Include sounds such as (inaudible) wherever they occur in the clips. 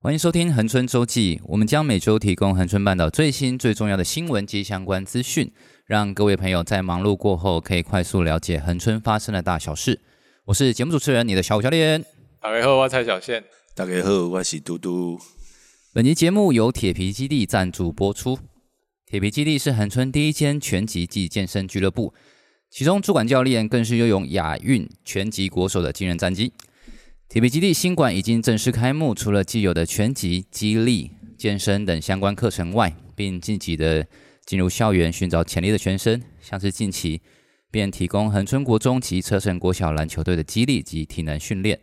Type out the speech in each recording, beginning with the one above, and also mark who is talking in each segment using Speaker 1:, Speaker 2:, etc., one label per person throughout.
Speaker 1: 欢迎收听恒春周记，我们将每周提供恒春半岛最新最重要的新闻及相关资讯，让各位朋友在忙碌过后可以快速了解恒春发生的大小事。我是节目主持人，你的小五教练。
Speaker 2: 打开后，我蔡小宪。
Speaker 3: 大家好，我是嘟嘟。
Speaker 1: 本集节目由铁皮基地赞助播出。铁皮基地是恒春第一间拳击暨健身俱乐部，其中主管教练更是拥有亚运拳击国手的惊人战绩。铁皮基地新馆已经正式开幕，除了既有的拳击、激励、健身等相关课程外，并积极的进入校园寻找潜力的学生，像是近期便提供恒春国中及车城国小篮球队的激励及体能训练，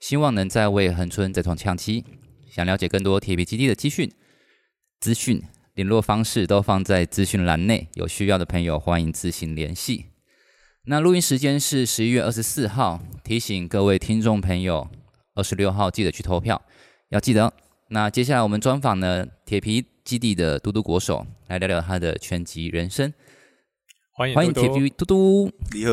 Speaker 1: 希望能再为恒春再创强期。想了解更多铁皮基地的资讯、资讯联络方式都放在资讯栏内，有需要的朋友欢迎自行联系。那录音时间是十一月二十四号，提醒各位听众朋友，二十六号记得去投票，要记得哦。那接下来我们专访呢铁皮基地的嘟嘟国手，来聊聊他的拳击人生。
Speaker 2: 欢迎
Speaker 1: 欢迎
Speaker 2: 嘟嘟
Speaker 1: 铁皮嘟嘟。
Speaker 3: 你好，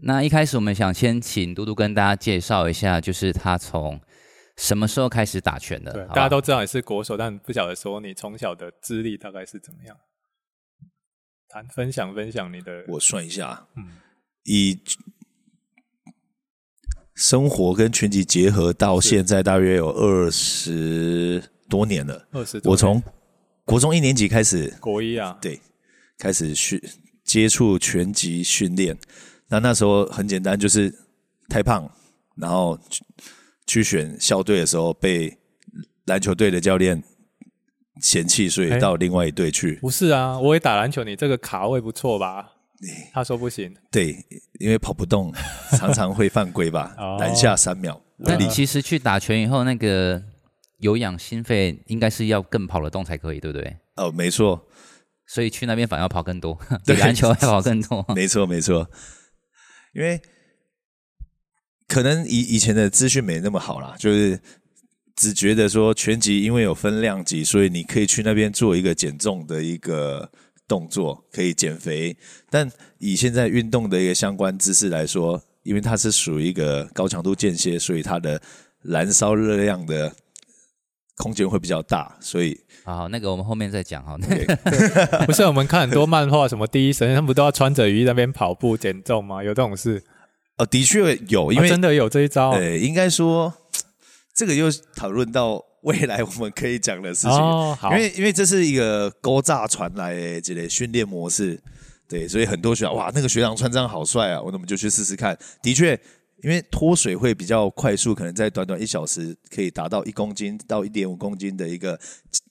Speaker 1: 那一开始我们想先请嘟嘟跟大家介绍一下，就是他从什么时候开始打拳的？
Speaker 2: 对
Speaker 1: 好，吧
Speaker 2: 大家都知道你是国手，但不晓得说你从小的资历大概是怎么样。谈分享分享你的，
Speaker 3: 我算一下，
Speaker 2: 嗯
Speaker 3: 以生活跟拳击结合到现在，大约有二十多年了。
Speaker 2: 二十多年，
Speaker 3: 我从国中一年级开始，
Speaker 2: 国一啊，
Speaker 3: 对，开始训接触拳击训练。那那时候很简单，就是太胖，然后去去选校队的时候被篮球队的教练嫌弃，所以
Speaker 2: 哎
Speaker 3: 到另外一队去。
Speaker 2: 不是啊，我也打篮球，你这个卡位不错
Speaker 3: (laughs)
Speaker 2: 吧？他说不行，
Speaker 3: 对，因为跑不动，常常会犯规吧
Speaker 2: 哦，
Speaker 3: 篮下三秒。
Speaker 1: 那你其实去打拳以后，那个有氧心肺应该是要更跑得动才可以，对不对？
Speaker 3: 哦，没错，
Speaker 1: 所以去那边反而要跑更
Speaker 3: (laughs)
Speaker 1: 多，比
Speaker 3: 对
Speaker 1: 篮球还跑更多。
Speaker 3: (laughs) 没错，没错。因为可能以以前的资讯没那么好啦，就是只觉得说拳击因为有分量级，所以你可以去那边做一个减重的一个动作，可以减肥。但以现在运动的一个相关知识来说，因为它是属于一个高强度间歇，所以它的燃烧热量的空间会比较大，所以
Speaker 1: 好 (laughs) 好，那个我们后面再讲哈。
Speaker 2: 不是我们看很多漫画，什么第一神，他们不都要穿着雨衣在那边跑步减重吗？有这种事，
Speaker 3: 哦，的确有，因
Speaker 2: 啊
Speaker 3: 为
Speaker 2: 真的有这一招
Speaker 3: 呃，应该说这个又讨论到未来我们可以讲的事情，
Speaker 2: 哦，好
Speaker 3: 因，为因为这是一个勾诈传来的这类训练模式，对，所以很多学长哇，那个学长穿这样好帅啊，我怎么就去试试看？的确。因为脱水会比较快速，可能在短短一小时可以达到一公斤到一点五公斤的一个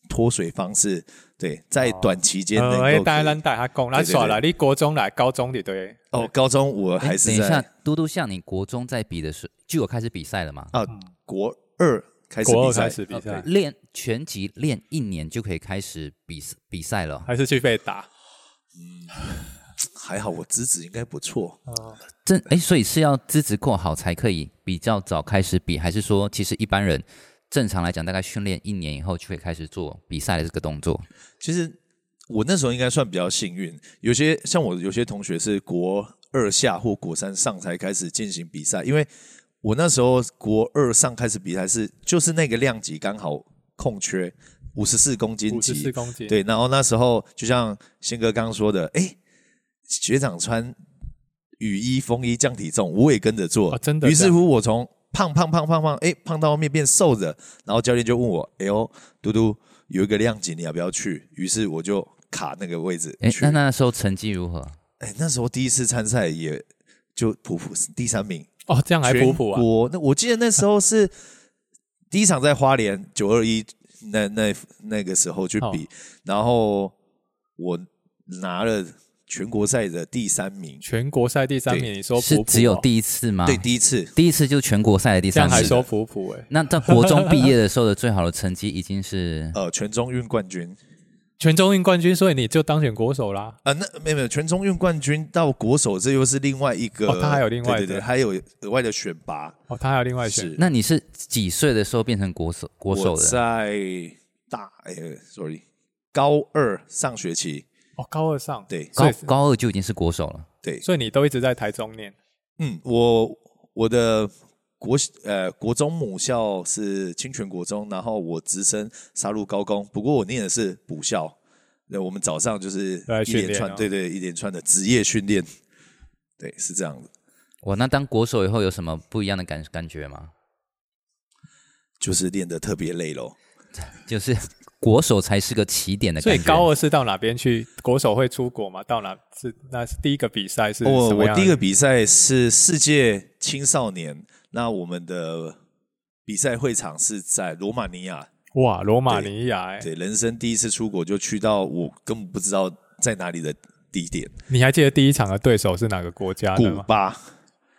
Speaker 3: 脱水方式，对，在短期间能够
Speaker 2: 呃，
Speaker 3: 可以、
Speaker 2: 哎大家咱带他讲，咱
Speaker 3: 对对
Speaker 2: 耍
Speaker 3: 对
Speaker 2: 了，你国中来，高中的对，
Speaker 3: 哦，高中我
Speaker 1: 哎
Speaker 3: 还是
Speaker 1: 等一下
Speaker 3: 在，
Speaker 1: 嘟嘟像你国中在比的时候，就有开始比赛了嘛？呃
Speaker 3: 啊国二开始
Speaker 2: 国
Speaker 3: 比
Speaker 2: 二开
Speaker 3: 赛，哦
Speaker 2: 始比赛，
Speaker 1: 练拳击练一年就可以开始比比赛了。
Speaker 2: 还是去被打？
Speaker 3: 还好我资质应该不错，
Speaker 1: 真哎，所以是要资质够好才可以比较早开始比，还是说其实一般人正常来讲，大概训练一年以后就会开始做比赛的这个动作？
Speaker 3: 其实我那时候应该算比较幸运，有些像我有些同学是国二下或国三上才开始进行比赛，因为我那时候国二上开始比赛是就是那个量级刚好空缺五十四公斤
Speaker 2: 五十四
Speaker 3: 级，
Speaker 2: 公斤，
Speaker 3: 对，然后那时候就像宪哥刚刚说的，哎，学长穿雨衣风衣降体重，我也跟着做，
Speaker 2: 哦真的
Speaker 3: 于
Speaker 2: 这
Speaker 3: 是
Speaker 2: 样
Speaker 3: 乎我从胖胖胖胖胖，哎，胖到后面变瘦着，然后教练就问我，哎呦，嘟嘟有一个量级，你要不要去？于是我就卡那个位置
Speaker 1: 哎，
Speaker 3: 去
Speaker 1: 那。那时候成绩如何？
Speaker 3: 哎，那时候第一次参赛也就普普第三
Speaker 2: (laughs)
Speaker 3: 名，
Speaker 2: 哦，这样还普普啊
Speaker 3: 全？国那我记得那时候是第一场在花莲九二一那那那个时候去比，然后我拿了全国赛的第三名，
Speaker 2: 全国赛第三名，
Speaker 3: 对
Speaker 2: 你说普
Speaker 1: 是
Speaker 2: 普、哦、
Speaker 1: 只有第一次吗？
Speaker 3: 对，第一次
Speaker 1: 第一次就全国赛的第
Speaker 2: 这
Speaker 1: 三
Speaker 2: 样还说
Speaker 1: 次。
Speaker 2: 普普哎、
Speaker 1: 那在国中毕业的时候的最好的成绩已经是
Speaker 3: 呃全中运冠军。
Speaker 2: 全中运冠军，所以你就当选国手啦。
Speaker 3: 啊，那没有没有，全中运冠军到国手，这又是另外一个，
Speaker 2: 哦他还有另外一
Speaker 3: 对
Speaker 2: 个
Speaker 3: 对对，还有额外的选拔。
Speaker 2: 哦，他还有另外选
Speaker 3: 是，
Speaker 1: 那你是几岁的时候变成国手国手
Speaker 3: 我
Speaker 1: 的？
Speaker 3: 在大哎、s o r r y 高二上学期，
Speaker 2: 哦，高二上，
Speaker 3: 对
Speaker 2: 所
Speaker 1: 高
Speaker 2: 以
Speaker 1: 高二就已经是国手了。
Speaker 3: 对，
Speaker 2: 所以你都一直在台中念，
Speaker 3: 嗯，我我的国呃国中母校是清泉国中，然后我直升杀入高工，不过我念的是补校。那我们早上就是
Speaker 2: 来
Speaker 3: 一
Speaker 2: 训
Speaker 3: 连
Speaker 2: 练
Speaker 3: 串，
Speaker 2: 啊
Speaker 3: 对对，一连串的职业训练，对，是这样子。
Speaker 1: 哇，那当国手以后有什么不一样的感感觉吗？
Speaker 3: 就是练得特别累喽。
Speaker 1: 就是
Speaker 3: (laughs)
Speaker 1: 国手才是个起点的感觉。
Speaker 2: 所以高二是到哪边去？国手会出国吗？到哪是那是第一个比赛是什
Speaker 3: 我
Speaker 2: 么
Speaker 3: 哦我
Speaker 2: 样的
Speaker 3: 第一个比赛是世界青少年，那我们的比赛会场是在罗马尼亚。
Speaker 2: 哇，罗马尼亚、哎，
Speaker 3: 对，人生第一次出国就去到我根本不知道在哪里的地点，
Speaker 2: 你还记得第一场的对手是哪个国家的
Speaker 3: 古
Speaker 2: 吗？
Speaker 3: 巴， (laughs)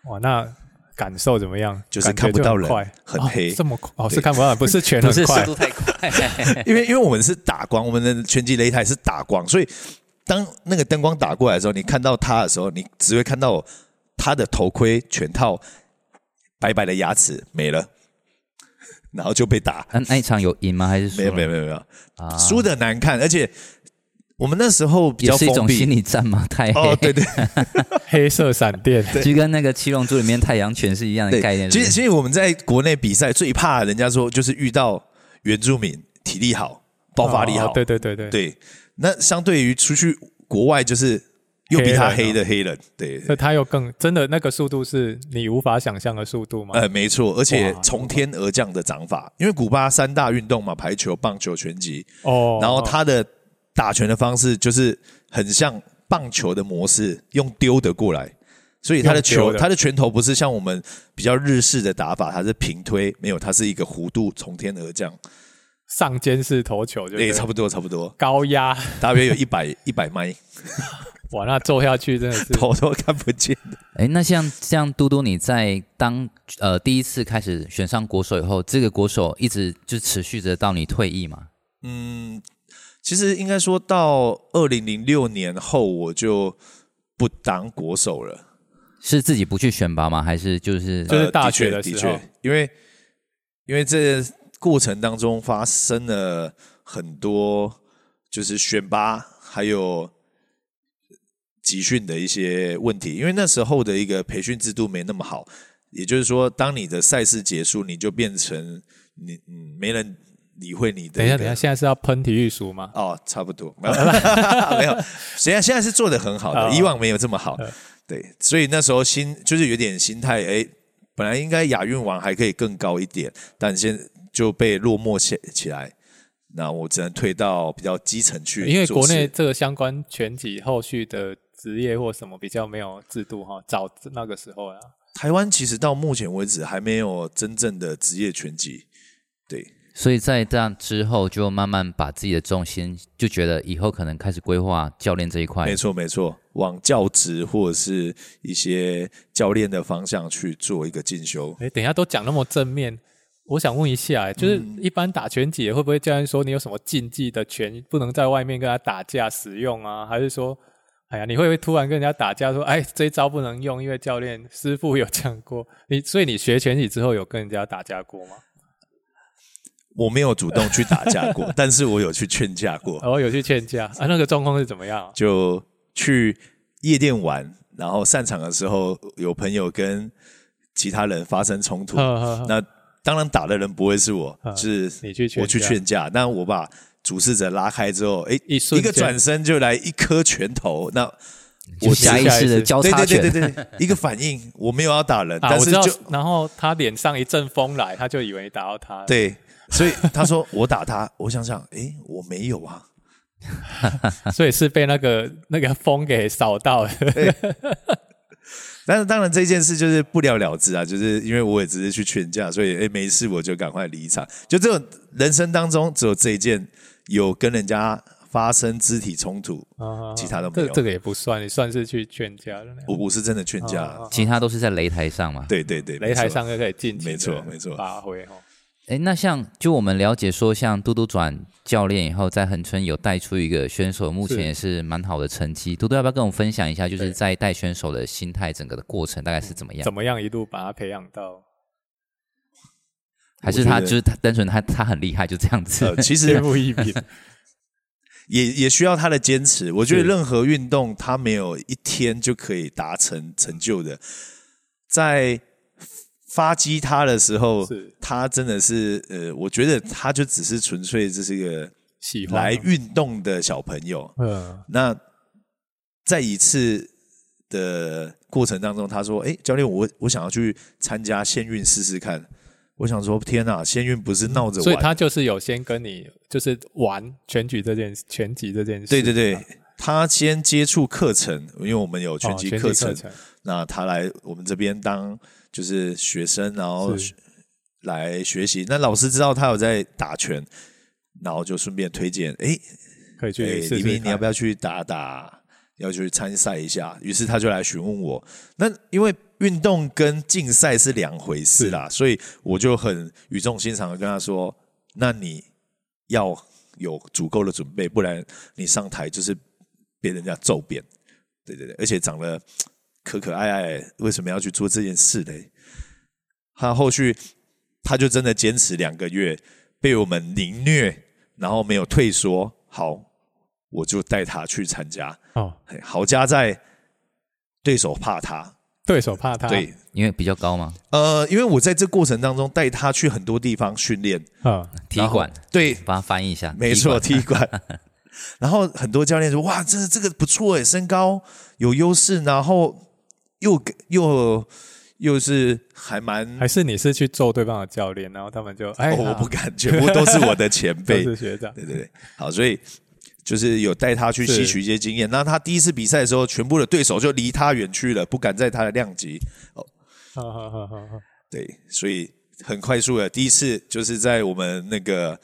Speaker 2: 哇，那感受怎么样？
Speaker 3: 就是
Speaker 2: 感觉
Speaker 3: 看不到
Speaker 2: 很
Speaker 3: 人
Speaker 2: 快，
Speaker 3: 很
Speaker 2: 哦
Speaker 3: 黑
Speaker 2: 这么快哦，
Speaker 3: 对
Speaker 2: 是看不到人，不是全
Speaker 1: 不
Speaker 2: 很
Speaker 1: 是速
Speaker 2: 快
Speaker 1: 度太快，
Speaker 3: 因为因为我们是打光，我们的拳击擂台是打光，所以当那个灯光打过来的时候，你看到他的时候，你只会看到他的头盔、拳套、白白的牙齿没了，然后就被打。
Speaker 1: (laughs) 那那一场有赢吗？还是输
Speaker 3: 没有
Speaker 1: 了
Speaker 3: 没有没有没有，
Speaker 1: 啊，
Speaker 3: 输的难看，而且我们那时候比
Speaker 1: 也
Speaker 3: 较
Speaker 1: 是一
Speaker 3: 封
Speaker 1: 种心
Speaker 3: 闭。
Speaker 1: 理战吗？太黑，
Speaker 3: 哦，
Speaker 1: (laughs)
Speaker 3: 对对
Speaker 2: 黑色闪电，
Speaker 1: 就跟那个《七龙珠》里面太阳拳是一样的概
Speaker 3: 对，
Speaker 1: 念。
Speaker 3: 其
Speaker 1: 是
Speaker 3: 实
Speaker 1: 不是
Speaker 3: 其实我们在国内比赛最怕人家说就是遇到原住民体力好、爆发
Speaker 1: 啊
Speaker 3: 力好，
Speaker 2: 哦对对对对，
Speaker 3: 对那相对于出去国外就是又比他黑
Speaker 2: 黑人
Speaker 3: 的黑人，对，
Speaker 2: 那他又更真的那个速度是你无法想象的速度吗？
Speaker 3: 呃，没错，而且
Speaker 2: 哇
Speaker 3: 从天而降的掌法，因为古巴三大运动嘛，排球、棒球、拳击，
Speaker 2: 哦，
Speaker 3: 然后他的打拳的方式就是很像棒球的模式，用丢的过来，所以他的
Speaker 2: 用
Speaker 3: 球
Speaker 2: 丢的
Speaker 3: 他的拳头不是像我们比较日式的打法，它是平推，没有，它是一个弧度从天而降，
Speaker 2: 上肩式投球就
Speaker 3: 哎、
Speaker 2: 对了
Speaker 3: 差不多差不多，
Speaker 2: 高压，
Speaker 3: 大约有一百一百
Speaker 2: (laughs)
Speaker 3: 迈，
Speaker 2: 哇，那揍下去真的
Speaker 3: (laughs)
Speaker 2: 是
Speaker 3: 头都看不见。
Speaker 1: 哎，那像像嘟嘟，你在当呃第一次开始选上国手以后，这个国手一直就持续着到你退役嘛？
Speaker 3: 嗯，其实应该说到二零零六年后，我就不当国手了。
Speaker 1: 是自己不去选拔吗？还是就是
Speaker 2: 就是
Speaker 3: 呃
Speaker 2: 大
Speaker 3: 的确
Speaker 2: 学的
Speaker 3: 的
Speaker 2: 时
Speaker 3: 确
Speaker 2: 候，
Speaker 3: 因为因为这过程当中发生了很多就是选拔还有集训的一些问题，因为那时候的一个培训制度没那么好，也就是说，当你的赛事结束，你就变成你嗯没人理会你的。
Speaker 2: 等一下，等一下，，现在是要喷体育署吗？
Speaker 3: 哦，差不多， (laughs) 没有，没有。现在现在是做的很好的，
Speaker 2: 哦
Speaker 3: 以往没有这么好。对，所以那时候心就是有点心态，哎，本来应该亚运王还可以更高一点，但现就被落寞起起来。那我只能退到比较基层去做事，
Speaker 2: 因为国内这个相关拳击后续的职业或什么比较没有制度哈，早那个时候啊，
Speaker 3: 台湾其实到目前为止还没有真正的职业拳击。对，
Speaker 1: 所以在这样之后，就慢慢把自己的重心就觉得以后可能开始规划教练这一块
Speaker 3: 没。错没错，往教职或者是一些教练的方向去做一个进修。
Speaker 2: 哎，等一下都讲那么正面，我想问一下、诶就是
Speaker 3: 嗯
Speaker 2: 一般打拳击会不会教练说你有什么禁忌的拳不能在外面跟他打架使用啊？还是说，哎呀，你会不会突然跟人家打架说，哎，这一招不能用，因为教练师傅有讲过你，所以你学拳击之后有跟人家打架过吗？
Speaker 3: 我没有主动去打
Speaker 2: (laughs)
Speaker 3: 架过，但是我有去劝架过，
Speaker 2: 然后有去劝架啊？那个状况是怎么样啊、
Speaker 3: 就去夜店玩，然后散场的时候有朋友跟其他人发生冲突，
Speaker 2: 呵呵呵
Speaker 3: 那当然打的人不会是我，是
Speaker 2: 嗯你去劝架
Speaker 3: 我去劝架，但我把主事者拉开之后，哎，
Speaker 2: 一瞬间啊
Speaker 3: 个转身就来一颗拳头，那
Speaker 1: 就下意识的交
Speaker 3: 对
Speaker 1: 叉
Speaker 3: 对
Speaker 1: 拳，
Speaker 3: 对对对，一个反应，我没有要打人，
Speaker 2: 啊，我
Speaker 3: 但是
Speaker 2: 知道
Speaker 3: 就。
Speaker 2: 然后他脸上一阵风来，他就以为你打到他。，
Speaker 3: 对，所以他说我打他，我想想，哎，我没有啊，
Speaker 2: 所以是被那个那个风给扫到了。
Speaker 3: 但是当然这件事就是不了了之啊，就是因为我也只是去劝架，所以哎没事我就赶快离场。就这种人生当中只有这一件有跟人家发生肢体冲突，
Speaker 2: (laughs) 啊
Speaker 3: 其他都没
Speaker 2: 这
Speaker 3: 有
Speaker 2: 这个也不算，你算是去劝架的那样。
Speaker 3: 我我是真的劝架。
Speaker 2: 啊啊
Speaker 1: 其他都是在擂台上嘛。
Speaker 3: 对对对，
Speaker 2: 擂台上就可以尽情
Speaker 3: 没错
Speaker 2: 地
Speaker 3: 没错
Speaker 2: 发挥哦。
Speaker 1: 哎，那像就我们了解说，像嘟嘟转教练以后，在恒春有带出一个选手，目前
Speaker 2: 是
Speaker 1: 也是蛮好的成绩。嘟嘟要不要跟我们分享一下，就是
Speaker 2: 对
Speaker 1: 在带选手的心态，整个的过程大概是怎么样？
Speaker 2: 怎么样一路把他培养到？
Speaker 1: 还是
Speaker 3: 我
Speaker 1: 他
Speaker 3: 觉得
Speaker 1: 就是他单纯他他很厉害，就这样子。
Speaker 3: 呃，其
Speaker 2: 天
Speaker 3: 实
Speaker 2: 赋异
Speaker 3: (laughs)
Speaker 2: 禀，
Speaker 3: 也也需要他的坚持。我觉得
Speaker 2: 是
Speaker 3: 任何运动，他没有一天就可以达成成就的。在发击他的时候
Speaker 2: 是，
Speaker 3: 他真的是呃，我觉得他就只是纯粹这是一个
Speaker 2: 喜欢
Speaker 3: 来
Speaker 2: 啊，
Speaker 3: 运动的小朋友。
Speaker 2: 嗯，
Speaker 3: 那在一次的过程当中，他说：“哎、教练，我我想要去参加先运试试看。”我想说：“天哪、先运不是闹着玩的，
Speaker 2: 所以他就是有先跟你就是玩全局这件全集这件事，
Speaker 3: 对对
Speaker 2: 啊
Speaker 3: 对，他先接触课程，因为我们有拳
Speaker 2: 哦
Speaker 3: 击
Speaker 2: 全
Speaker 3: 课
Speaker 2: 集
Speaker 3: 程，
Speaker 2: 程，
Speaker 3: 那他来我们这边当就是学生，然后
Speaker 2: 是
Speaker 3: 来学习。那老师知道他有在打拳，然后就顺便推荐，哎
Speaker 2: 可以
Speaker 3: 哎
Speaker 2: 去，试
Speaker 3: 李
Speaker 2: 试
Speaker 3: 明，你要不
Speaker 2: 要？
Speaker 3: 要去打打？要去参赛一下？于是他就来询问我。那因为运动跟竞赛是两回事啦，所以我就很语重心长的跟他说：“那你要有足够的准备，不然你上台就是被人家揍扁。”对对对，而且长得可可爱爱，为什么要去做这件事呢？他后续他就真的坚持两个月，被我们凌虐，然后没有退缩。好，我就带他去参加。
Speaker 2: 哦，
Speaker 3: 嘿好家在对手怕他，
Speaker 2: 对手怕他，
Speaker 3: 对，
Speaker 1: 因为比较高嘛，
Speaker 3: 呃，因为我在这过程当中带他去很多地方训练，
Speaker 2: 嗯，
Speaker 1: 踢馆，
Speaker 3: 对，
Speaker 1: 把它翻译一下，
Speaker 3: 没
Speaker 1: 踢馆
Speaker 3: 错，踢馆。
Speaker 2: (laughs)
Speaker 3: 然后很多教练说：“哇，这这个不错哎，身高有优势，然后又又又是还蛮……
Speaker 2: 还是你是去揍对方的教练，然后他们就哎，
Speaker 3: 哦，我不敢，全部都是我的前
Speaker 2: 对
Speaker 3: 辈。
Speaker 2: 是学长，
Speaker 3: 对对对，好，所以就是有带他去
Speaker 2: 是
Speaker 3: 吸取一些经验。那他第一次比赛的时候，全部的对手就离他远去了，不敢在他的量级。
Speaker 2: 好好好好好，
Speaker 3: 对，所以很快速的，第一次就是在我们那个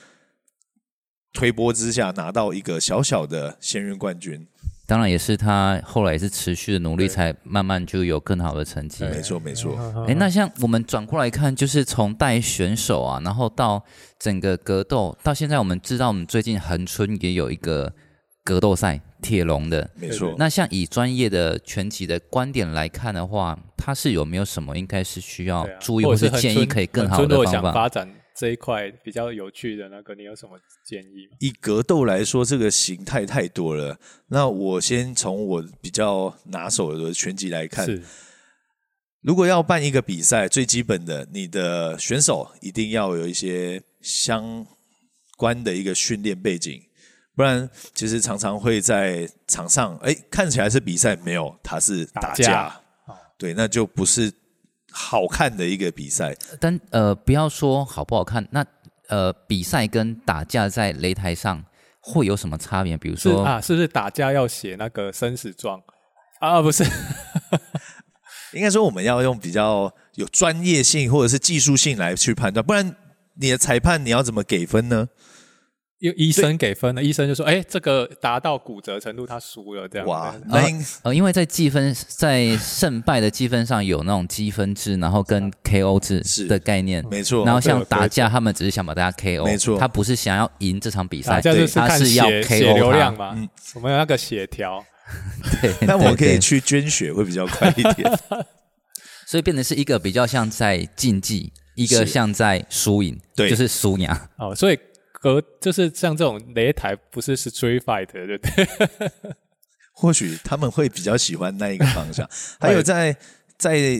Speaker 3: 推波之下拿到一个小小的先运冠军。
Speaker 1: 当然也是他后来也是持续的努力，
Speaker 2: 对
Speaker 1: 才慢慢就有更好的成绩。
Speaker 3: 没错，没错。
Speaker 2: 嗯
Speaker 1: 哎，那像我们转过来看，就是从带选手啊，然后到整个格斗，到现在我们知道，我们最近恒春也有一个格斗赛，铁笼的。
Speaker 3: 没错，
Speaker 1: 那像以专业的拳击的观点来看的话，它是有没有什么应该哦是需要
Speaker 2: 对啊
Speaker 1: 注意，
Speaker 2: 或
Speaker 1: 或
Speaker 2: 者是恒
Speaker 1: 建议
Speaker 2: 春
Speaker 1: 可以更
Speaker 2: 恒
Speaker 1: 好
Speaker 2: 春
Speaker 1: 的
Speaker 2: 如果
Speaker 1: 方
Speaker 2: 想
Speaker 1: 法？
Speaker 2: 发展这一块比较有趣的那个，你有什么建议吗？
Speaker 3: 以格斗来说，这个形态太多了。那我先从我比较拿手的拳击来看，
Speaker 2: 是
Speaker 3: 如果要办一个比赛，最基本的，你的选手一定要有一些相关的一个训练背景，不然其实常常会在场上，哎，看起来是比赛，没有，它是打
Speaker 2: 打架
Speaker 3: 对，那就不是好看的一个比赛。
Speaker 1: 但呃，不要说好不好看，那呃，比赛跟打架在擂台上会有什么差别？比如
Speaker 2: 是
Speaker 1: 说，
Speaker 2: 啊，是不是打架要写那个生死状啊？不是，
Speaker 3: 应该说，我们要用比较有专业性或者是技术性来去判断，不然你的裁判你要怎么给分呢？
Speaker 2: 因为医生给分了，医生就说：“哎、这个达到骨折程度，他输了。”这样
Speaker 3: 哇，
Speaker 2: 对啊
Speaker 3: 那应 (laughs)
Speaker 1: 呃，因为在积分在胜败的积分上有那种积分制，然后跟 KO 制
Speaker 3: 啊是
Speaker 1: 的概念。
Speaker 3: 没错，
Speaker 1: 然后像
Speaker 2: 对
Speaker 1: 打架，他们只是想把大家 KO，
Speaker 3: 没错
Speaker 1: 他不是想要赢这场比赛，
Speaker 2: 打架啊就是
Speaker 1: 哎他
Speaker 2: 看
Speaker 1: 是要
Speaker 2: 血血
Speaker 1: KO
Speaker 2: 流量
Speaker 1: 他。嗯
Speaker 2: 嘛，我们有那个血条，
Speaker 1: 对，
Speaker 3: (laughs) 那我
Speaker 1: 对
Speaker 3: 可
Speaker 1: 对
Speaker 3: 以去捐血会比较快一点。
Speaker 1: 所以变成是一个比较像在竞技，一个
Speaker 3: 是
Speaker 1: 像在输赢，
Speaker 3: 对
Speaker 1: 就是输赢。啊
Speaker 2: 哦，所以隔就是像这种擂台不是 street fight 的，对不对？ (laughs)
Speaker 3: 或许他们会比较喜欢那一个方向。还
Speaker 2: (laughs)
Speaker 3: 有在在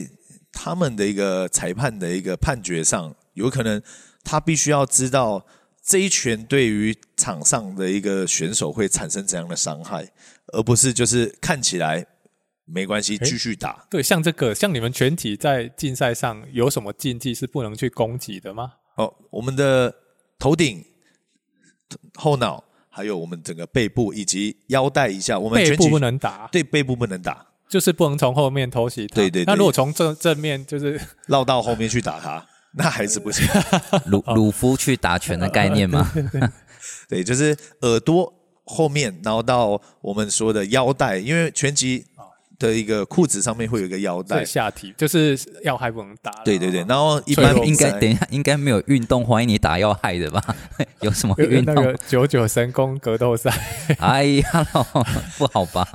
Speaker 3: 他们的一个裁判的一个判决上，有可能他必须要知道这一拳对于场上的一个选手会产生怎样的伤害，而不是就是看起来没关系继续打。
Speaker 2: 对，像这个，像你们全体在竞赛上有什么禁忌是不能去攻击的吗？
Speaker 3: 哦，我们的头顶、后脑，还有我们整个背部以及腰带以下，我们
Speaker 2: 背
Speaker 3: 全
Speaker 2: 部
Speaker 3: 体
Speaker 2: 不能打，
Speaker 3: 对背部不能打，
Speaker 2: 就是不能从后面偷袭他。
Speaker 3: 对对对
Speaker 2: 那如果从正正面，就是
Speaker 3: 绕到后面去打他，那还是不行。
Speaker 2: (laughs)
Speaker 1: 鲁
Speaker 2: 哦
Speaker 1: 鲁夫去打拳的概念嘛，
Speaker 3: 对，就是耳朵后面，然后到我们说的腰带，因为拳击的一个裤子上面会有一个腰带
Speaker 2: 对。下体，就是要害不能打。
Speaker 3: 对对对，然后一
Speaker 2: 脆
Speaker 3: 般
Speaker 2: 弱
Speaker 1: 应
Speaker 3: 比
Speaker 1: 该
Speaker 3: 赛
Speaker 1: 等一下应该没有运动欢迎你打要害的吧？ (laughs) 有什么
Speaker 2: 有有
Speaker 1: 运
Speaker 2: 那
Speaker 1: 动？
Speaker 2: 个九九神功格斗赛，
Speaker 1: (laughs) 哎呀 (laughs) 喽，不好吧？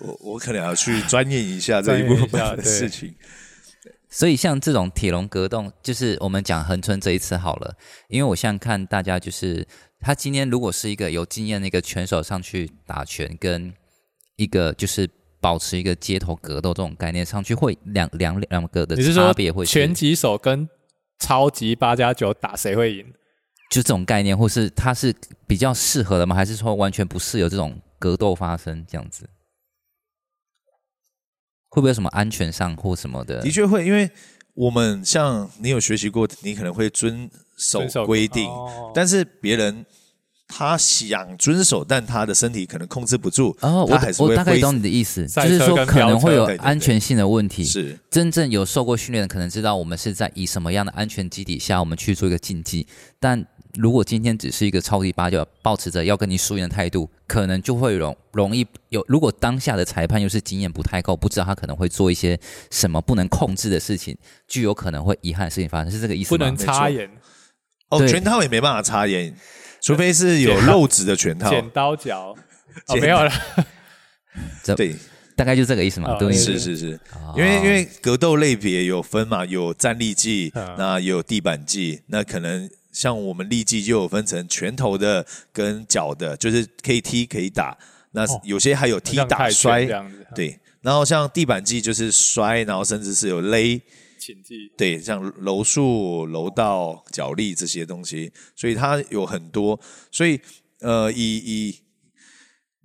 Speaker 3: 我我可能要去钻研一下这一部分
Speaker 2: 钻研一下
Speaker 3: 的
Speaker 2: 对
Speaker 3: 事情。
Speaker 1: 所以像这种铁笼格斗，就是我们讲恒春这一次好了，因为我想看大家就是他今天如果是一个有经验的一个拳手上去打拳，跟一个就是保持一个街头格斗这种概念上去，会两两两个的
Speaker 2: 你是
Speaker 1: 差
Speaker 2: 说
Speaker 1: 别会是
Speaker 2: 拳击手跟超级八加九打谁会赢？
Speaker 1: 就这种概念，或是它是比较适合的吗？还是说完全不适合这种格斗发生这样子？会不会有什么安全上或什么的？
Speaker 3: 的确会，因为我们像你有学习过，你可能会遵守
Speaker 2: 遵守
Speaker 3: 规定，
Speaker 2: 哦
Speaker 3: 但是别人他想遵守，但他的身体可能控制不住，
Speaker 1: 哦，
Speaker 3: 他
Speaker 1: 我
Speaker 3: 还是
Speaker 1: 我
Speaker 3: 会
Speaker 1: 大概
Speaker 3: 挥
Speaker 1: 懂你的意思，就
Speaker 2: 赛
Speaker 1: 是
Speaker 2: 车
Speaker 1: 说
Speaker 2: 跟
Speaker 1: 可能
Speaker 2: 飙车
Speaker 1: 会有
Speaker 3: 对对对
Speaker 1: 安全性的问题。
Speaker 3: 是
Speaker 1: 真正有受过训练的，可能知道我们是在以什么样的安全基底下，我们去做一个竞技。但如果今天只是一个超级八九，保持着要跟你输赢的态度，可能就会容容易有。如果当下的裁判又是经验不太够，不知道他可能会做一些什么不能控制的事情，就有可能会遗憾的事情发生，是这个意思
Speaker 2: 不
Speaker 1: 吗？
Speaker 2: 能插眼、
Speaker 3: 哦，
Speaker 1: 对
Speaker 3: 全套也没办法插眼，除非是有漏子的全套。
Speaker 2: 剪刀脚。
Speaker 3: (laughs)
Speaker 2: 哦，
Speaker 3: 剪
Speaker 2: 没有了，
Speaker 3: 对，
Speaker 1: 大概就这个意思嘛，
Speaker 2: 哦
Speaker 1: 对不对？
Speaker 3: 是是是，
Speaker 1: 哦
Speaker 3: 因
Speaker 2: 啊
Speaker 3: 为因为格斗类别有分嘛，有站立技，
Speaker 2: 嗯
Speaker 3: 那也有地板技，那可能像我们立技就有分成拳头的跟脚的，就是可以踢可以打，那
Speaker 2: 哦
Speaker 3: 有些还有踢
Speaker 2: 像
Speaker 3: 打
Speaker 2: 泰拳
Speaker 3: 摔
Speaker 2: 这，样子。，
Speaker 3: 对。然后像地板技就是摔，然后甚至是有勒，
Speaker 2: 请记。
Speaker 3: 对，像柔术、柔道、脚力这些东西，所以它有很多。所以呃，以以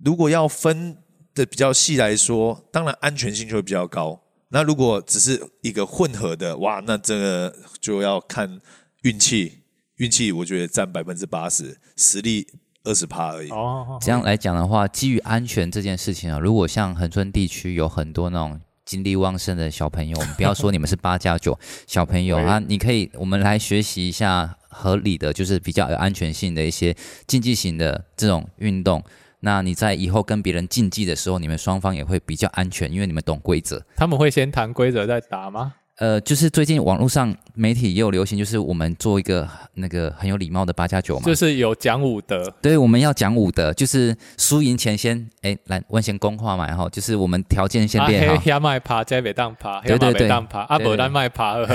Speaker 3: 如果要分的比较细来说，当然安全性就会比较高。那如果只是一个混合的，哇，那这个就要看运气，运气我觉得占百分之八十，实力二十趴而已。
Speaker 2: 哦，
Speaker 1: 这样来讲的话，基于安全这件事情啊，如果像恒春地区有很多那种精力旺盛的小朋友，我们不要说你们是八加九小朋友
Speaker 2: 喂
Speaker 1: 啊，你可以我们来学习一下合理的，就是比较有安全性的一些竞技型的这种运动。那你在以后跟别人竞技的时候，你们双方也会比较安全，因为你们懂规则。
Speaker 2: 他们会先谈规则再打吗？
Speaker 1: 呃，就是最近网络上媒体也有流行，就是我们做一个那个很有礼貌的八加九嘛，
Speaker 2: 就是有讲武德，
Speaker 1: 对，我们要讲武德，就是输赢前先，哎，来问先公话嘛，然后就是我们条件先
Speaker 2: 啊
Speaker 1: 列好，
Speaker 2: 黑黑麦爬，加北当爬，
Speaker 1: 对
Speaker 2: 黑
Speaker 1: 对
Speaker 2: 马
Speaker 1: 对
Speaker 2: 北当爬，啊阿
Speaker 1: 对对
Speaker 2: 伯丹麦爬了。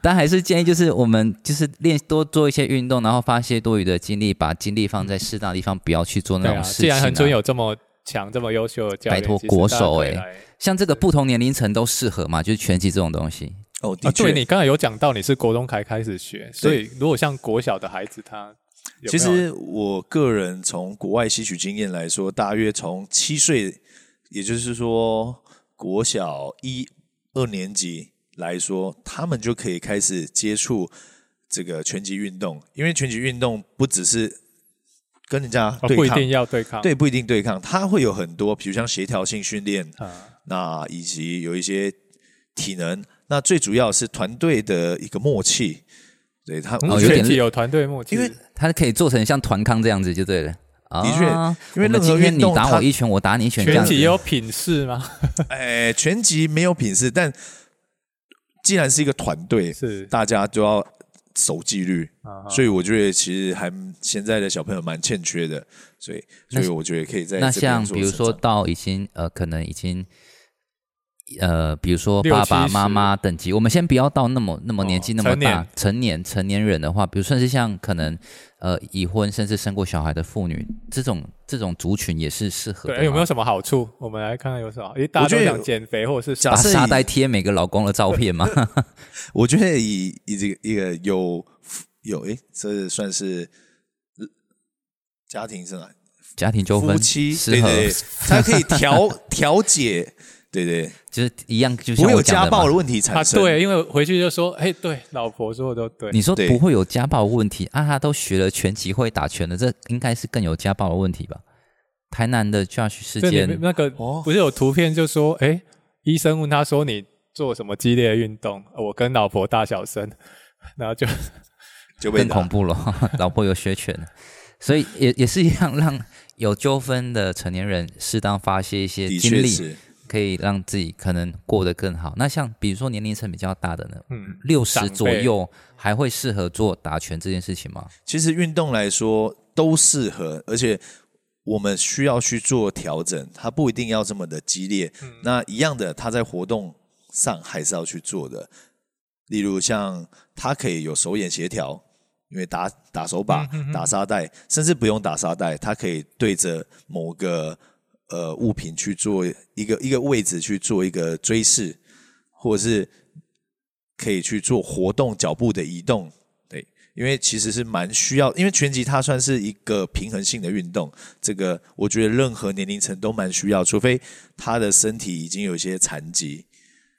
Speaker 1: 但还是建议就是我们就是练多做一些运动，然后发泄多余的精力，把精力放在适当的地方，不要去做那
Speaker 2: 对啊，
Speaker 1: 种事
Speaker 2: 既
Speaker 1: 情、
Speaker 2: 然恒春有这么强、这么优秀的教练，
Speaker 1: 拜托
Speaker 2: 其实
Speaker 1: 国
Speaker 2: 大家
Speaker 1: 手
Speaker 2: 可以
Speaker 1: 欸
Speaker 2: 来
Speaker 1: 像这个不同年龄层都适合嘛，就是拳击这种东西。
Speaker 3: 哦，的
Speaker 2: 啊，
Speaker 3: 确，
Speaker 2: 对你刚才有讲到你是国中才开始学，所以如果像国小的孩子，他有没有哦
Speaker 3: 其实我个人从国外吸取经验来说，大约从七岁，也就是说国小一二年级来说，他们就可以开始接触这个拳击运动，因为拳击运动不只是跟人家
Speaker 2: 哦
Speaker 3: 对
Speaker 2: 不一
Speaker 3: 抗，
Speaker 2: 定要对抗，
Speaker 3: 对不一定对抗，它会有很多，比如像协调性训练，
Speaker 2: 啊，
Speaker 3: 那以及有一些体能，那最主要是团队的一个默契。对他，
Speaker 2: 嗯
Speaker 1: 哦有点
Speaker 2: 拳击有团队默契，
Speaker 3: 因为
Speaker 1: 它可以做成像团康这样子就对了。的
Speaker 3: 确因为
Speaker 1: 我们
Speaker 3: 任何
Speaker 1: 今天
Speaker 3: 运
Speaker 1: 你
Speaker 3: 动
Speaker 1: 打
Speaker 3: 它
Speaker 1: 我一拳，我打你一拳，这
Speaker 2: 拳
Speaker 1: 样子
Speaker 2: 击也有品势吗？
Speaker 3: 哎，拳击没有品势，但既然是一个团队，
Speaker 2: 是
Speaker 3: 大家都要守纪律，
Speaker 2: 啊，
Speaker 3: 所以我觉得其实还现在的小朋友蛮欠缺的，所以
Speaker 1: 那
Speaker 3: 所以我觉得可以在
Speaker 1: 那
Speaker 3: 这边
Speaker 1: 像
Speaker 3: 做
Speaker 1: 比如
Speaker 3: 成
Speaker 1: 说
Speaker 3: 长
Speaker 1: 到已经呃，可能已经呃，比如说
Speaker 2: 六
Speaker 1: 爸爸
Speaker 2: 七
Speaker 1: 妈
Speaker 2: 十
Speaker 1: 妈等级，我们先不要到那么那么年
Speaker 2: 哦
Speaker 1: 纪那么
Speaker 2: 成
Speaker 1: 大，
Speaker 2: 年
Speaker 1: 成年成年人的话，比如甚至像可能呃已婚甚至生过小孩的妇女，这种这种族群也是适合的吗。
Speaker 2: 对，有没有什么好处？我们来看看有什么好，因为大家
Speaker 3: 我
Speaker 2: 都
Speaker 3: 觉得
Speaker 2: 想减肥或者是
Speaker 1: 把
Speaker 3: 假设
Speaker 1: 沙
Speaker 3: 以
Speaker 1: 袋贴每个老公的照片嘛？
Speaker 3: 我觉得以以这个一个有有诶，这算是呃家庭是吧？
Speaker 1: (laughs) 家庭纠纷
Speaker 3: 夫妻
Speaker 1: 适
Speaker 3: 对
Speaker 1: 合，
Speaker 3: 对，对他可以
Speaker 1: (laughs)
Speaker 3: 调调解，对对，
Speaker 1: 就是一样，就
Speaker 3: 不
Speaker 1: 像
Speaker 3: 会有
Speaker 1: 我讲
Speaker 3: 家
Speaker 1: 的
Speaker 3: 暴的
Speaker 1: 嘛。
Speaker 3: 问题
Speaker 2: 啊，
Speaker 3: 产生。
Speaker 2: 对，因为回去就说，哎，对，老婆说的都对，
Speaker 1: 你说
Speaker 3: 对
Speaker 1: 不会有家暴问题啊？他都学了拳击，会打拳的，这应该是更有家暴的问题吧？台南的 Josh 事
Speaker 2: 这里
Speaker 1: 件
Speaker 2: 面，那个
Speaker 3: 哦
Speaker 2: 不是有图片就说，哎、医生问他说你做什么激烈的运动？呃我跟老婆大小声， (laughs) 然后就
Speaker 3: 就被
Speaker 1: 更
Speaker 3: 打
Speaker 1: 恐怖了， (laughs) 老婆有学权，所以也也是一样，让有纠纷的成年人适当发泄一些
Speaker 3: 的
Speaker 1: 精
Speaker 3: 确
Speaker 1: 力，
Speaker 3: 是
Speaker 1: 可以让自己可能过得更好。那像比如说年龄层比较大的呢，
Speaker 2: 嗯，
Speaker 1: 六十
Speaker 2: 长辈
Speaker 1: 左右还会适合做打拳这件事情吗？
Speaker 3: 其实运动来说都适合，而且我们需要去做调整，它不一定要这么的激烈。那一样的，它在活动上还是要去做的。例如像它可以有手眼协调，因为打打手把、打沙袋，甚至不用打沙袋，它可以对着某个呃物品去做一个一个位置去做一个追视，或者是可以去做活动脚步的移动。对，因为其实是蛮需要，因为拳击它算是一个平衡性的运动，这个我觉得任何年龄层都蛮需要，除非他的身体已经有一些残疾。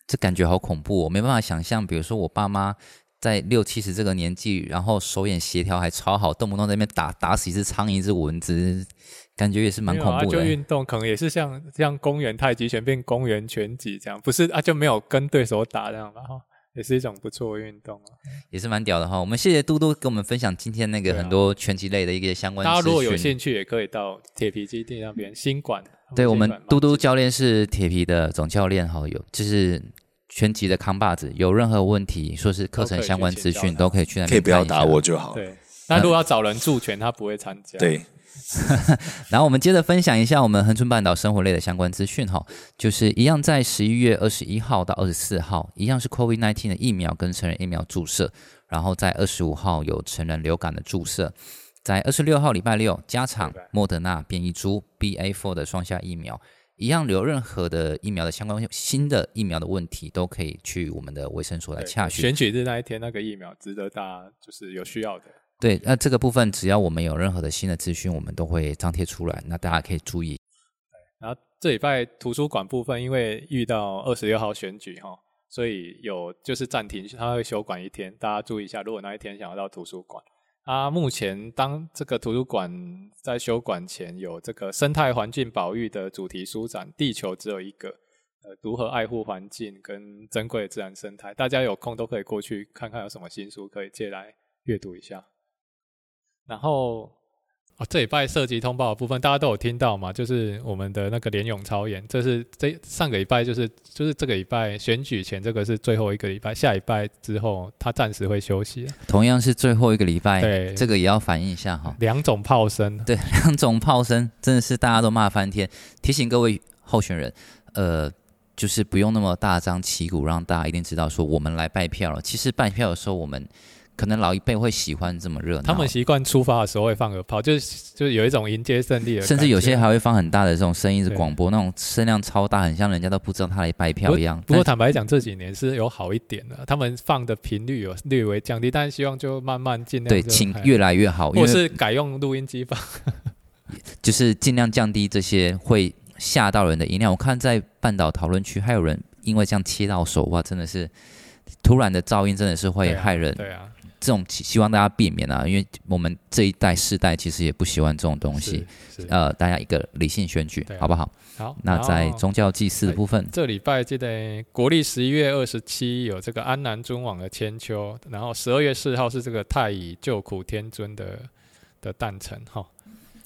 Speaker 1: 这感觉好恐怖、哦，我没办法想象，比如说我爸妈在六七十这个年纪，然后手眼协调还超好，动不动在那边打打死一只苍蝇、一只蚊子，感觉也是蛮
Speaker 2: 没有
Speaker 1: 恐怖
Speaker 2: 啊、
Speaker 1: 的
Speaker 2: 就
Speaker 1: 欸。
Speaker 2: 运动可能也是像像公园太极拳变公园拳击这样，不是啊就没有跟对手打这样吧，哈也是一种不错的运动啊。
Speaker 1: 也是蛮屌的哈。我们谢谢嘟嘟给我们分享今天那个
Speaker 2: 对啊
Speaker 1: 很多拳击类的一个相关
Speaker 2: 大家如果有
Speaker 1: 资讯。
Speaker 2: 兴趣，也可以到铁皮基地那边新馆。
Speaker 1: 对我们
Speaker 2: 新馆嘛
Speaker 1: 嘟嘟教练是铁皮的总教练哈，有就是拳击的康霸子，有任何问题说是课程相关资讯都
Speaker 2: 都
Speaker 1: 可以去那边
Speaker 3: 可以不要
Speaker 1: 看一下
Speaker 3: 打我。就
Speaker 1: (laughs)
Speaker 3: 好。
Speaker 2: 对，那如果要找人助拳，他不会参加。
Speaker 3: 对，
Speaker 1: 然后我们接着分享一下我们恒春半岛生活类的相关资讯哈，就是一样在十一月二十一号到二十四号，一样是 COVID-19 的疫苗跟成人疫苗注射，然后在二十五号有成人流感的注射，在二十六号礼拜六加场
Speaker 2: 拜拜
Speaker 1: 莫德纳变异株 BA.4 的双价疫苗。一样有任何的疫苗的相关新的疫苗的问题，都可以去我们的卫生所来
Speaker 2: 对，
Speaker 1: 洽询。
Speaker 2: 选举日那一天，那个疫苗值得大家就是有需要的。
Speaker 1: 对，那这个部分只要我们有任何的新的资讯，我们都会张贴出来，那大家可以注意。
Speaker 2: 然后这礼拜图书馆部分，因为遇到二十六号选举哈，所以有就是暂停，它会休馆一天，大家注意一下。如果那一天想要到图书馆，啊，目前当这个图书馆在休馆前有这个生态环境保育的主题书展，《地球只有一个》，呃，如何爱护环境跟珍贵的自然生态，大家有空都可以过去看看有什么新书可以借来阅读一下。然后哦，这礼拜涉及通报的部分，大家都有听到嘛？就是我们的那个联勇超演，这是这上个礼拜就是就是这个礼拜选举前，这个是最后一个礼拜，下礼拜之后他暂时会休息。
Speaker 1: 同样是最后一个礼拜，
Speaker 2: 对
Speaker 1: 这个也要反映一下哈。 (laughs)
Speaker 2: 两种炮声，
Speaker 1: 对，两种炮声真的是大家都骂翻天。提醒各位候选人，呃，就是不用那么大张旗鼓，让大家一定知道说我们来拜票了。其实拜票的时候，我们可能老一辈会喜欢这么热闹，
Speaker 2: 他们习惯出发的时候会放个炮，就是就是有一种迎接胜利的感觉，
Speaker 1: 甚至有些还会放很大的这种声音是
Speaker 2: 对
Speaker 1: 广播，那种声量超大，很像人家都不知道他来拜票一样。
Speaker 2: 不过
Speaker 1: 但
Speaker 2: 坦白讲，这几年是有好一点的，他们放的频率有略微降低，但是希望就慢慢尽量
Speaker 1: 对，
Speaker 2: 就
Speaker 1: 请
Speaker 2: 哎
Speaker 1: 越来越好，因为
Speaker 2: 或是改用录音机放。
Speaker 1: 就是尽量降低这些会吓到人的音量。我看在半岛讨论区还有人因为这样切到手，哇，真的是突然的噪音真的是会
Speaker 2: 对啊
Speaker 1: 害人。
Speaker 2: 对啊，
Speaker 1: 这种希希望大家避免啊，因为我们这一代世代其实也不喜欢这种东西
Speaker 2: 是。是
Speaker 1: 呃，大家一个理性选举
Speaker 2: 对，啊
Speaker 1: 好不好？
Speaker 2: 好，
Speaker 1: 那
Speaker 2: 然后
Speaker 1: 在宗教祭祀的部分，
Speaker 2: 这礼拜记得国历十一月二十七有这个安南尊王的千秋，然后十二月四号是这个太乙救苦天尊的的诞辰哈。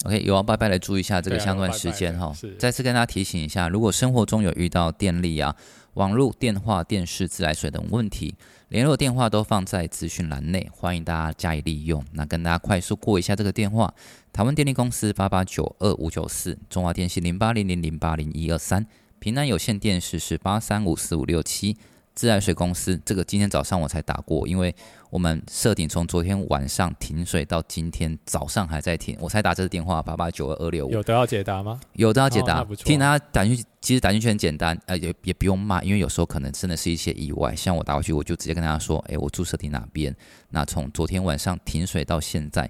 Speaker 1: OK，有要拜拜来注意一下这个
Speaker 2: 对啊
Speaker 1: 相关
Speaker 2: 有要拜
Speaker 1: 时间
Speaker 2: 拜
Speaker 1: 哈、
Speaker 2: 的是
Speaker 1: 再次跟大家提醒一下，如果生活中有遇到电力啊、网络、电话、电视、自来水等问题，联络电话都放在资讯栏内，欢迎大家加以利用。那跟大家快速过一下这个电话：台湾电力公司八八九二五九四，中华电信零八零零零八零一二三，平南有线电视是八三五四五六七。自来水公司这个今天早上我才打过，因为我们设定从昨天晚上停水到今天早上还在停，我才打这个电话八八九二二六五，
Speaker 2: 有得要解答吗？
Speaker 1: 有的要解
Speaker 2: 哦
Speaker 1: 答，
Speaker 2: 那不错
Speaker 1: 听他打进去，其实打进去很简单，呃，也也不用骂，因为有时候可能真的是一些意外。像我打过去，我就直接跟大家说，哎，我注射停哪边？那从昨天晚上停水到现在，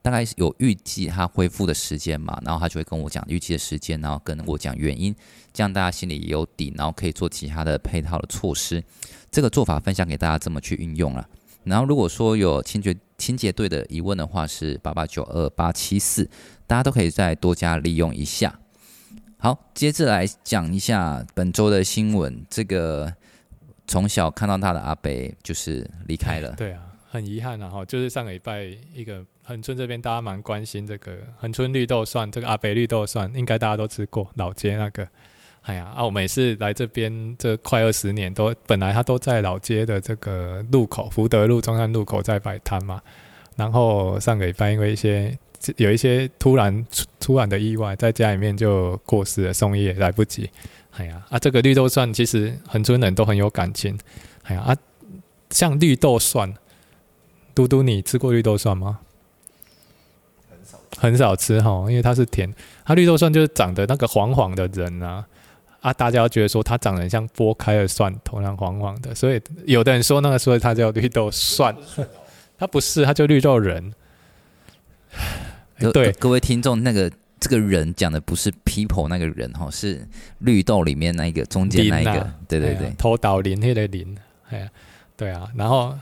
Speaker 1: 大概是有预计它恢复的时间嘛，然后他就会跟我讲预计的时间，然后跟我讲原因，这样大家心里也有底，然后可以做其他的配套的措施。这个做法分享给大家怎么去运用了。然后如果说有清洁清洁队的疑问的话，是八八九二八七四，大家都可以再多加利用一下。好，接着来讲一下本周的新闻。这个从小看到大的阿北就是离开了，
Speaker 2: 对啊，很遗憾啊哈，就是上个礼拜一个恒春这边大家蛮关心这个恒春绿豆蒜，这个阿北绿豆蒜应该大家都吃过，老街那个。哎呀啊，我每次来这边这快二十年都，本来他都在老街的这个路口，福德路、中山路口在摆摊嘛。然后上个礼拜因为一些有一些突然突突然的意外，在家里面就过世了，送医也来不及。哎呀啊，这个绿豆蒜其实恒春人都很有感情。哎呀啊，像绿豆蒜，嘟嘟，你吃过绿豆蒜吗？很少吃哈，因为它是甜。它绿豆蒜就是长得那个黄黄的人啊啊，大家觉得说它长得很像剥开的蒜头，那样黄黄的，所以有的人说那个所以它叫绿豆蒜，它不是，它就绿豆仁。哎
Speaker 1: 各
Speaker 2: 对
Speaker 1: 各位听众，那个这个人讲的不是 people 那个人哈，是绿豆里面那一个中间那一
Speaker 2: 林
Speaker 1: 个
Speaker 2: 啊，
Speaker 1: 对对
Speaker 2: 哎呀
Speaker 1: 对，
Speaker 2: 头倒林那个林，哎呀，对啊，然后，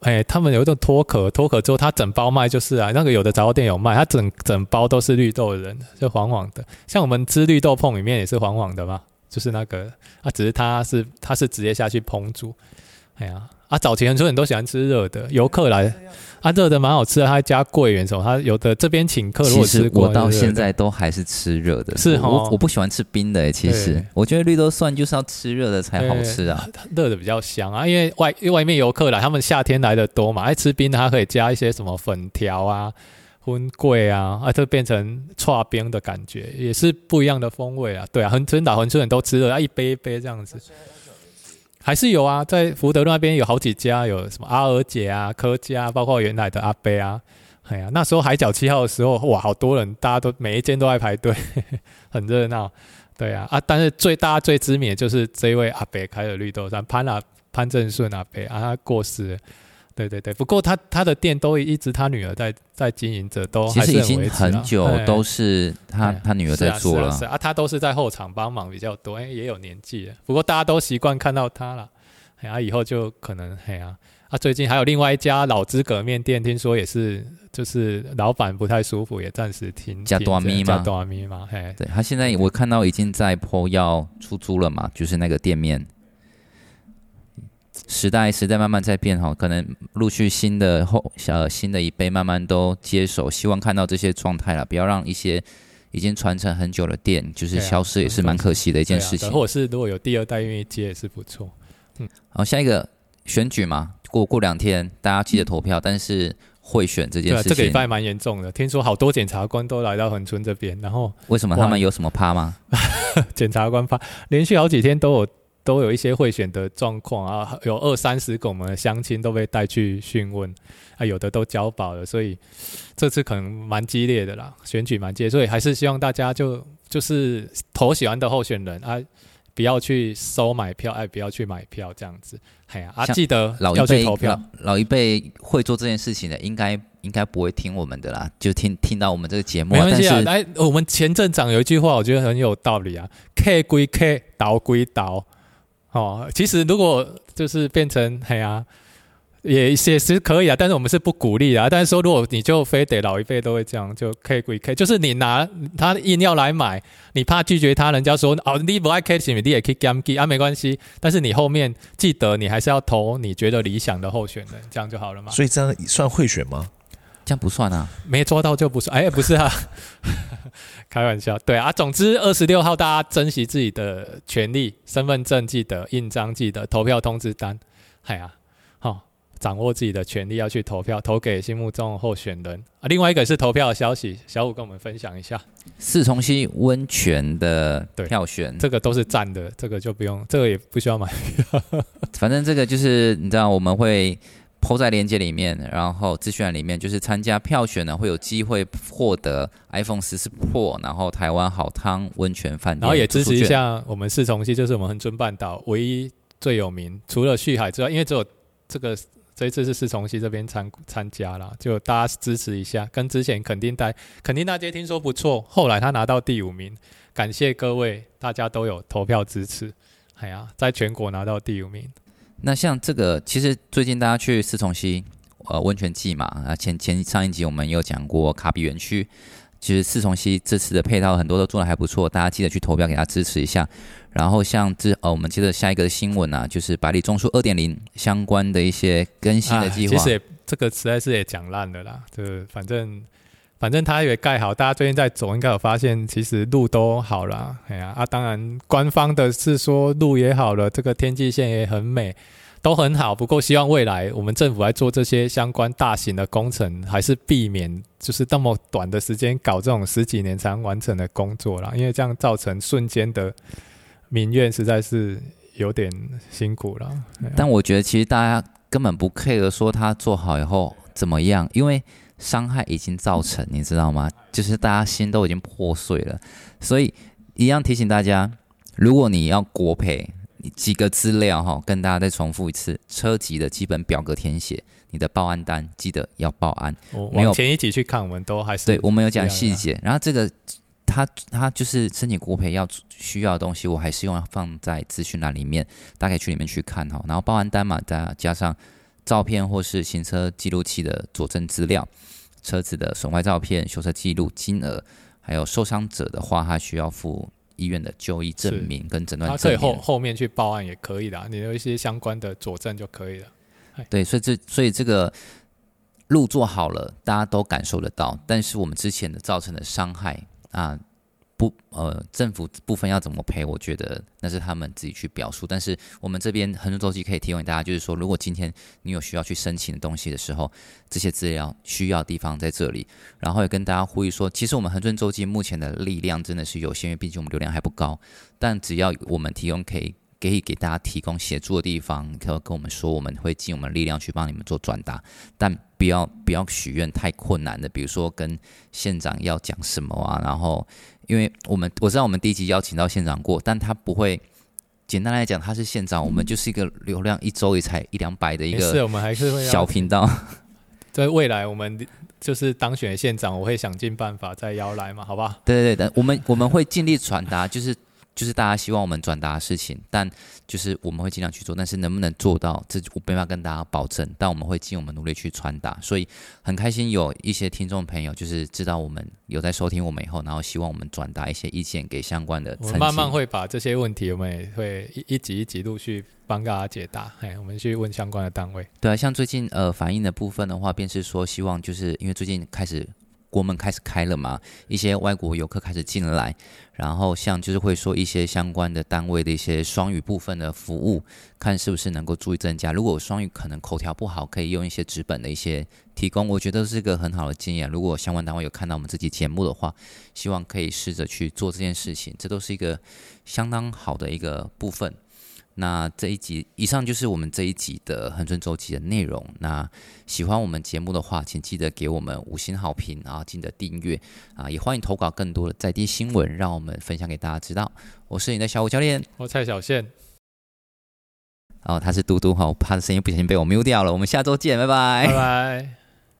Speaker 2: 哎，他们有一种脱壳，脱壳之后它整包卖就是啊，那个有的杂货店有卖，它整整包都是绿豆仁，就黄黄的，像我们吃绿豆碰里面也是黄黄的嘛，就是那个啊，只是它是它是直接下去烹煮，哎呀。啊，早前很多人都喜欢吃热的，游客来，啊，热的蛮好吃的，它还加桂圆什么，它有的这边请客如
Speaker 1: 其
Speaker 2: 果
Speaker 1: 实
Speaker 2: 吃
Speaker 1: 我
Speaker 2: 过，
Speaker 1: 到
Speaker 2: 对对
Speaker 1: 现
Speaker 2: 对
Speaker 1: 在都还是吃热的，
Speaker 2: 是
Speaker 1: 我
Speaker 2: 齁
Speaker 1: 我我不喜欢吃冰的诶，欸其实
Speaker 2: 对
Speaker 1: 我觉得绿豆蒜就是要吃热的才好吃啊。
Speaker 2: 热的比较香啊，因为外因为外面游客来，他们夏天来的多嘛，爱吃冰的，它可以加一些什么粉条啊、荤桂啊，啊，就变成串冰的感觉，也是不一样的风味啊。对啊，横村岛横村人都吃了，啊，一杯一杯这样子。还是有啊，在福德路那边有好几家，有什么阿尔姐啊、柯家，包括原来的阿贝啊。哎呀，那时候海角七号的时候，哇，好多人，大家都每一间都在排队， (laughs) 很热闹。对啊，啊，但是最大家最知名的就是这一位阿北开的绿豆山潘啊潘正顺阿北啊，他过世了。对对对，不过他他的店都一直他女儿在在经营着，都
Speaker 1: 其
Speaker 2: 还
Speaker 1: 实
Speaker 2: 是
Speaker 1: 已
Speaker 2: 很
Speaker 1: 经
Speaker 2: 维持啊
Speaker 1: 很久
Speaker 2: 哎
Speaker 1: 都是他
Speaker 2: 哎
Speaker 1: 他女儿在做
Speaker 2: 是啊是啊是
Speaker 1: 了，
Speaker 2: 啊，啊他都是在后场帮忙比较多，哎，也有年纪了，不过大家都习惯看到他了，哎呀、啊，以后就可能哎呀、啊，啊，最近还有另外一家老资格面店，听说也是就是老板不太舒服，也暂时停
Speaker 1: 吃大米吗
Speaker 2: 加多咪嘛，哎，
Speaker 1: 对他现在我看到已经在坡要出租了嘛，就是那个店面。时代时代慢慢在变哈，可能陆续新的后呃新的一辈慢慢都接手，希望看到这些状态了，不要让一些已经传承很久的店就是
Speaker 2: 对啊
Speaker 1: 消失，也是蛮可惜的一
Speaker 2: 对
Speaker 1: 件
Speaker 2: 啊
Speaker 1: 事情
Speaker 2: 对。或者是如果有第二代愿意接也是不错。
Speaker 1: 然后下一个选举嘛，过过两天大家记得投票，但是贿选这
Speaker 2: 对
Speaker 1: 件
Speaker 2: 啊，
Speaker 1: 事
Speaker 2: 这个礼
Speaker 1: 情，
Speaker 2: 拜蛮严重的，听说好多检察官都来到恒春这边，然后
Speaker 1: 为什么
Speaker 2: 哇
Speaker 1: 他们有什么趴吗？
Speaker 2: 检察官发连续好几天都有都有一些贿选的状况啊，有二三十个我们的乡亲都被带去讯问啊，有的都交保了，所以这次可能蛮激烈的啦，选举蛮激烈，所以还是希望大家就就是投喜欢的候选人啊。不要去收买票，哎，不要去买票，这样子，哎呀，啊，
Speaker 1: 像
Speaker 2: 记得
Speaker 1: 老
Speaker 2: 要
Speaker 1: 一
Speaker 2: 去
Speaker 1: 辈
Speaker 2: 投票
Speaker 1: 老，老一辈会做这件事情的，应该应该不会听我们的啦，就听听到我们这个节目
Speaker 2: 没
Speaker 1: 啊。
Speaker 2: 关
Speaker 1: 但
Speaker 2: 系啊，
Speaker 1: 是
Speaker 2: 来，我们前镇长有一句话，我觉得很有道理啊，K 归 K，倒归倒。哦，其实如果就是变成嘿啊，也也是可以啊，但是我们是不鼓励啊。但是说，如果你就非得老一辈都会这样，就 K 归 K，就是你拿他硬要来买，你怕拒绝他，人家说哦，你不爱 K 行，你也可以 gam g 啊，没关系。但是你后面记得，你还是要投你觉得理想的候选人，这样就好了嘛。
Speaker 3: 所以这样算贿选吗？
Speaker 1: 这样不算啊，
Speaker 2: 没抓到就不算，哎、不是啊， (laughs) 开玩笑，对啊，总之二十六号大家珍惜自己的权利，身份证记得，印章记得，投票通知单，哎呀、好、掌握自己的权利要去投票，投给心目中的候选人啊。另外一个是投票的消息，小五跟我们分享一下，
Speaker 1: 四重溪温泉的
Speaker 2: 对
Speaker 1: 票选，
Speaker 2: 这个都是站的，这个就不用，这个也不需要买，
Speaker 1: 反正这个就是你知道我们会。抛在链接里面，然后资讯栏里面就是参加票选呢，会有机会获得 iPhone 十四 Pro，然后台湾好汤温泉饭店，
Speaker 2: 然后也支持一。下我们四重溪，就是我们恒春半岛唯一最有名，除了旭海之外，因为只有这个这一次是四重溪这边参参加啦，就大家支持一下。跟之前垦丁大垦丁大街听说不错，后来他拿到第五名，感谢各位，大家都有投票支持。哎呀，在全国拿到第五名，
Speaker 1: 那像这个，其实最近大家去四重溪呃温泉季嘛，啊前前上一集我们有讲过卡比园区，其实四重溪这次的配套很多都做的还不错，大家记得去投票给他支持一下。然后像这呃我们接着下一个新闻啊，就是百里种树二点零相关的一些更新的计划。
Speaker 2: 哎其实也这个实在是也讲烂了啦，就是反正反正他也盖好，大家最近在走，应该有发现，其实路都好了。哎呀啊，当然官方的是说路也好了，这个天际线也很美。都很好，不过希望未来我们政府来做这些相关大型的工程，还是避免就是那么短的时间搞这种十几年才能完成的工作啦，因为这样造成瞬间的民怨实在是有点辛苦了。哎呀
Speaker 1: 但我觉得其实大家根本不 care 说他做好以后怎么样，因为伤害已经造成，你知道吗？就是大家心都已经破碎了，所以一样提醒大家，如果你要国赔，你几个资料哈，跟大家再重复一次：车籍的基本表格填写，你的报案单记得要报案。
Speaker 2: 我
Speaker 1: 没有
Speaker 2: 往前一集去看，我们都还是
Speaker 1: 对，我们有
Speaker 2: 一
Speaker 1: 讲
Speaker 2: 样
Speaker 1: 细
Speaker 2: 的
Speaker 1: 节，然后这个他他就是申请国赔要需要的东西，我还是用放在资讯栏里面，大家可以去里面去看哈。然后报案单嘛，加加上照片或是行车记录器的佐证资料，车子的损坏照片、修车记录、金额，还有受伤者的话，他需要附医院的就医证
Speaker 2: 是
Speaker 1: 明跟诊断
Speaker 2: 他
Speaker 1: 证
Speaker 2: 可以
Speaker 1: 明。
Speaker 2: 后后面去报案也可以的啊，你有一些相关的佐证就可以了。
Speaker 1: 对，所以这所以这个路做好了，大家都感受得到，但是我们之前的造成的伤害啊，不呃，政府部分要怎么赔，我觉得那是他们自己去表述。但是我们这边恒顺周期可以提供给大家，就是说，如果今天你有需要去申请的东西的时候，这些资料需要的地方在这里。然后也跟大家呼吁说，其实我们恒顺周期目前的力量真的是有限，因为毕竟我们流量还不高，但只要我们提供可以可以给大家提供协助的地方，可以跟我们说，我们会尽我们的力量去帮你们做转达，但不要不要许愿太困难的，比如说跟县长要讲什么啊，然后因为我们我知道我们第一集邀请到县长过，但他不会。简单来讲，他是县长，我们就是一个流量一周也才一两百的一
Speaker 2: 没事，
Speaker 1: 个
Speaker 2: 我们还是会
Speaker 1: 小
Speaker 2: 要
Speaker 1: 频道，
Speaker 2: 在未来我们就是当选的县长，我会想尽办法再邀来嘛，好不好？
Speaker 1: 对对对，但我们我们会尽力传达，就是就是大家希望我们转达的事情，但就是我们会尽量去做，但是能不能做到，这我没办法跟大家保证，但我们会尽我们努力去传达。所以很开心有一些听众朋友就是知道我们有在收听我们以后，然后希望我们转达一些意见给相关的
Speaker 2: 我
Speaker 1: 层级，
Speaker 2: 们慢慢会把这些问题，我们也会一一集一集陆续帮大家解答。哎，我们去问相关的单位。
Speaker 1: 对啊，像最近呃反映的部分的话，便是说希望就是因为最近开始国门开始开了嘛，一些外国游客开始进来，然后像就是会说一些相关的单位的一些双语部分的服务，看是不是能够注意增加。如果双语可能口条不好，可以用一些纸本的一些提供，我觉得是个很好的经验。如果相关单位有看到我们这期节目的话，希望可以试着去做这件事情，这都是一个相当好的一个部分。那这一集以上就是我们这一集的恒春周期的内容。那喜欢我们节目的话，请记得给我们五星好评，然后记得订阅啊，也欢迎投稿更多的在地新闻，让我们分享给大家知道。我是你的小五教练，
Speaker 2: 我蔡小宪，
Speaker 1: 哦，他是嘟嘟哈，我怕声音不小心被我 mute 掉了。我们下周见，拜拜
Speaker 2: 拜拜。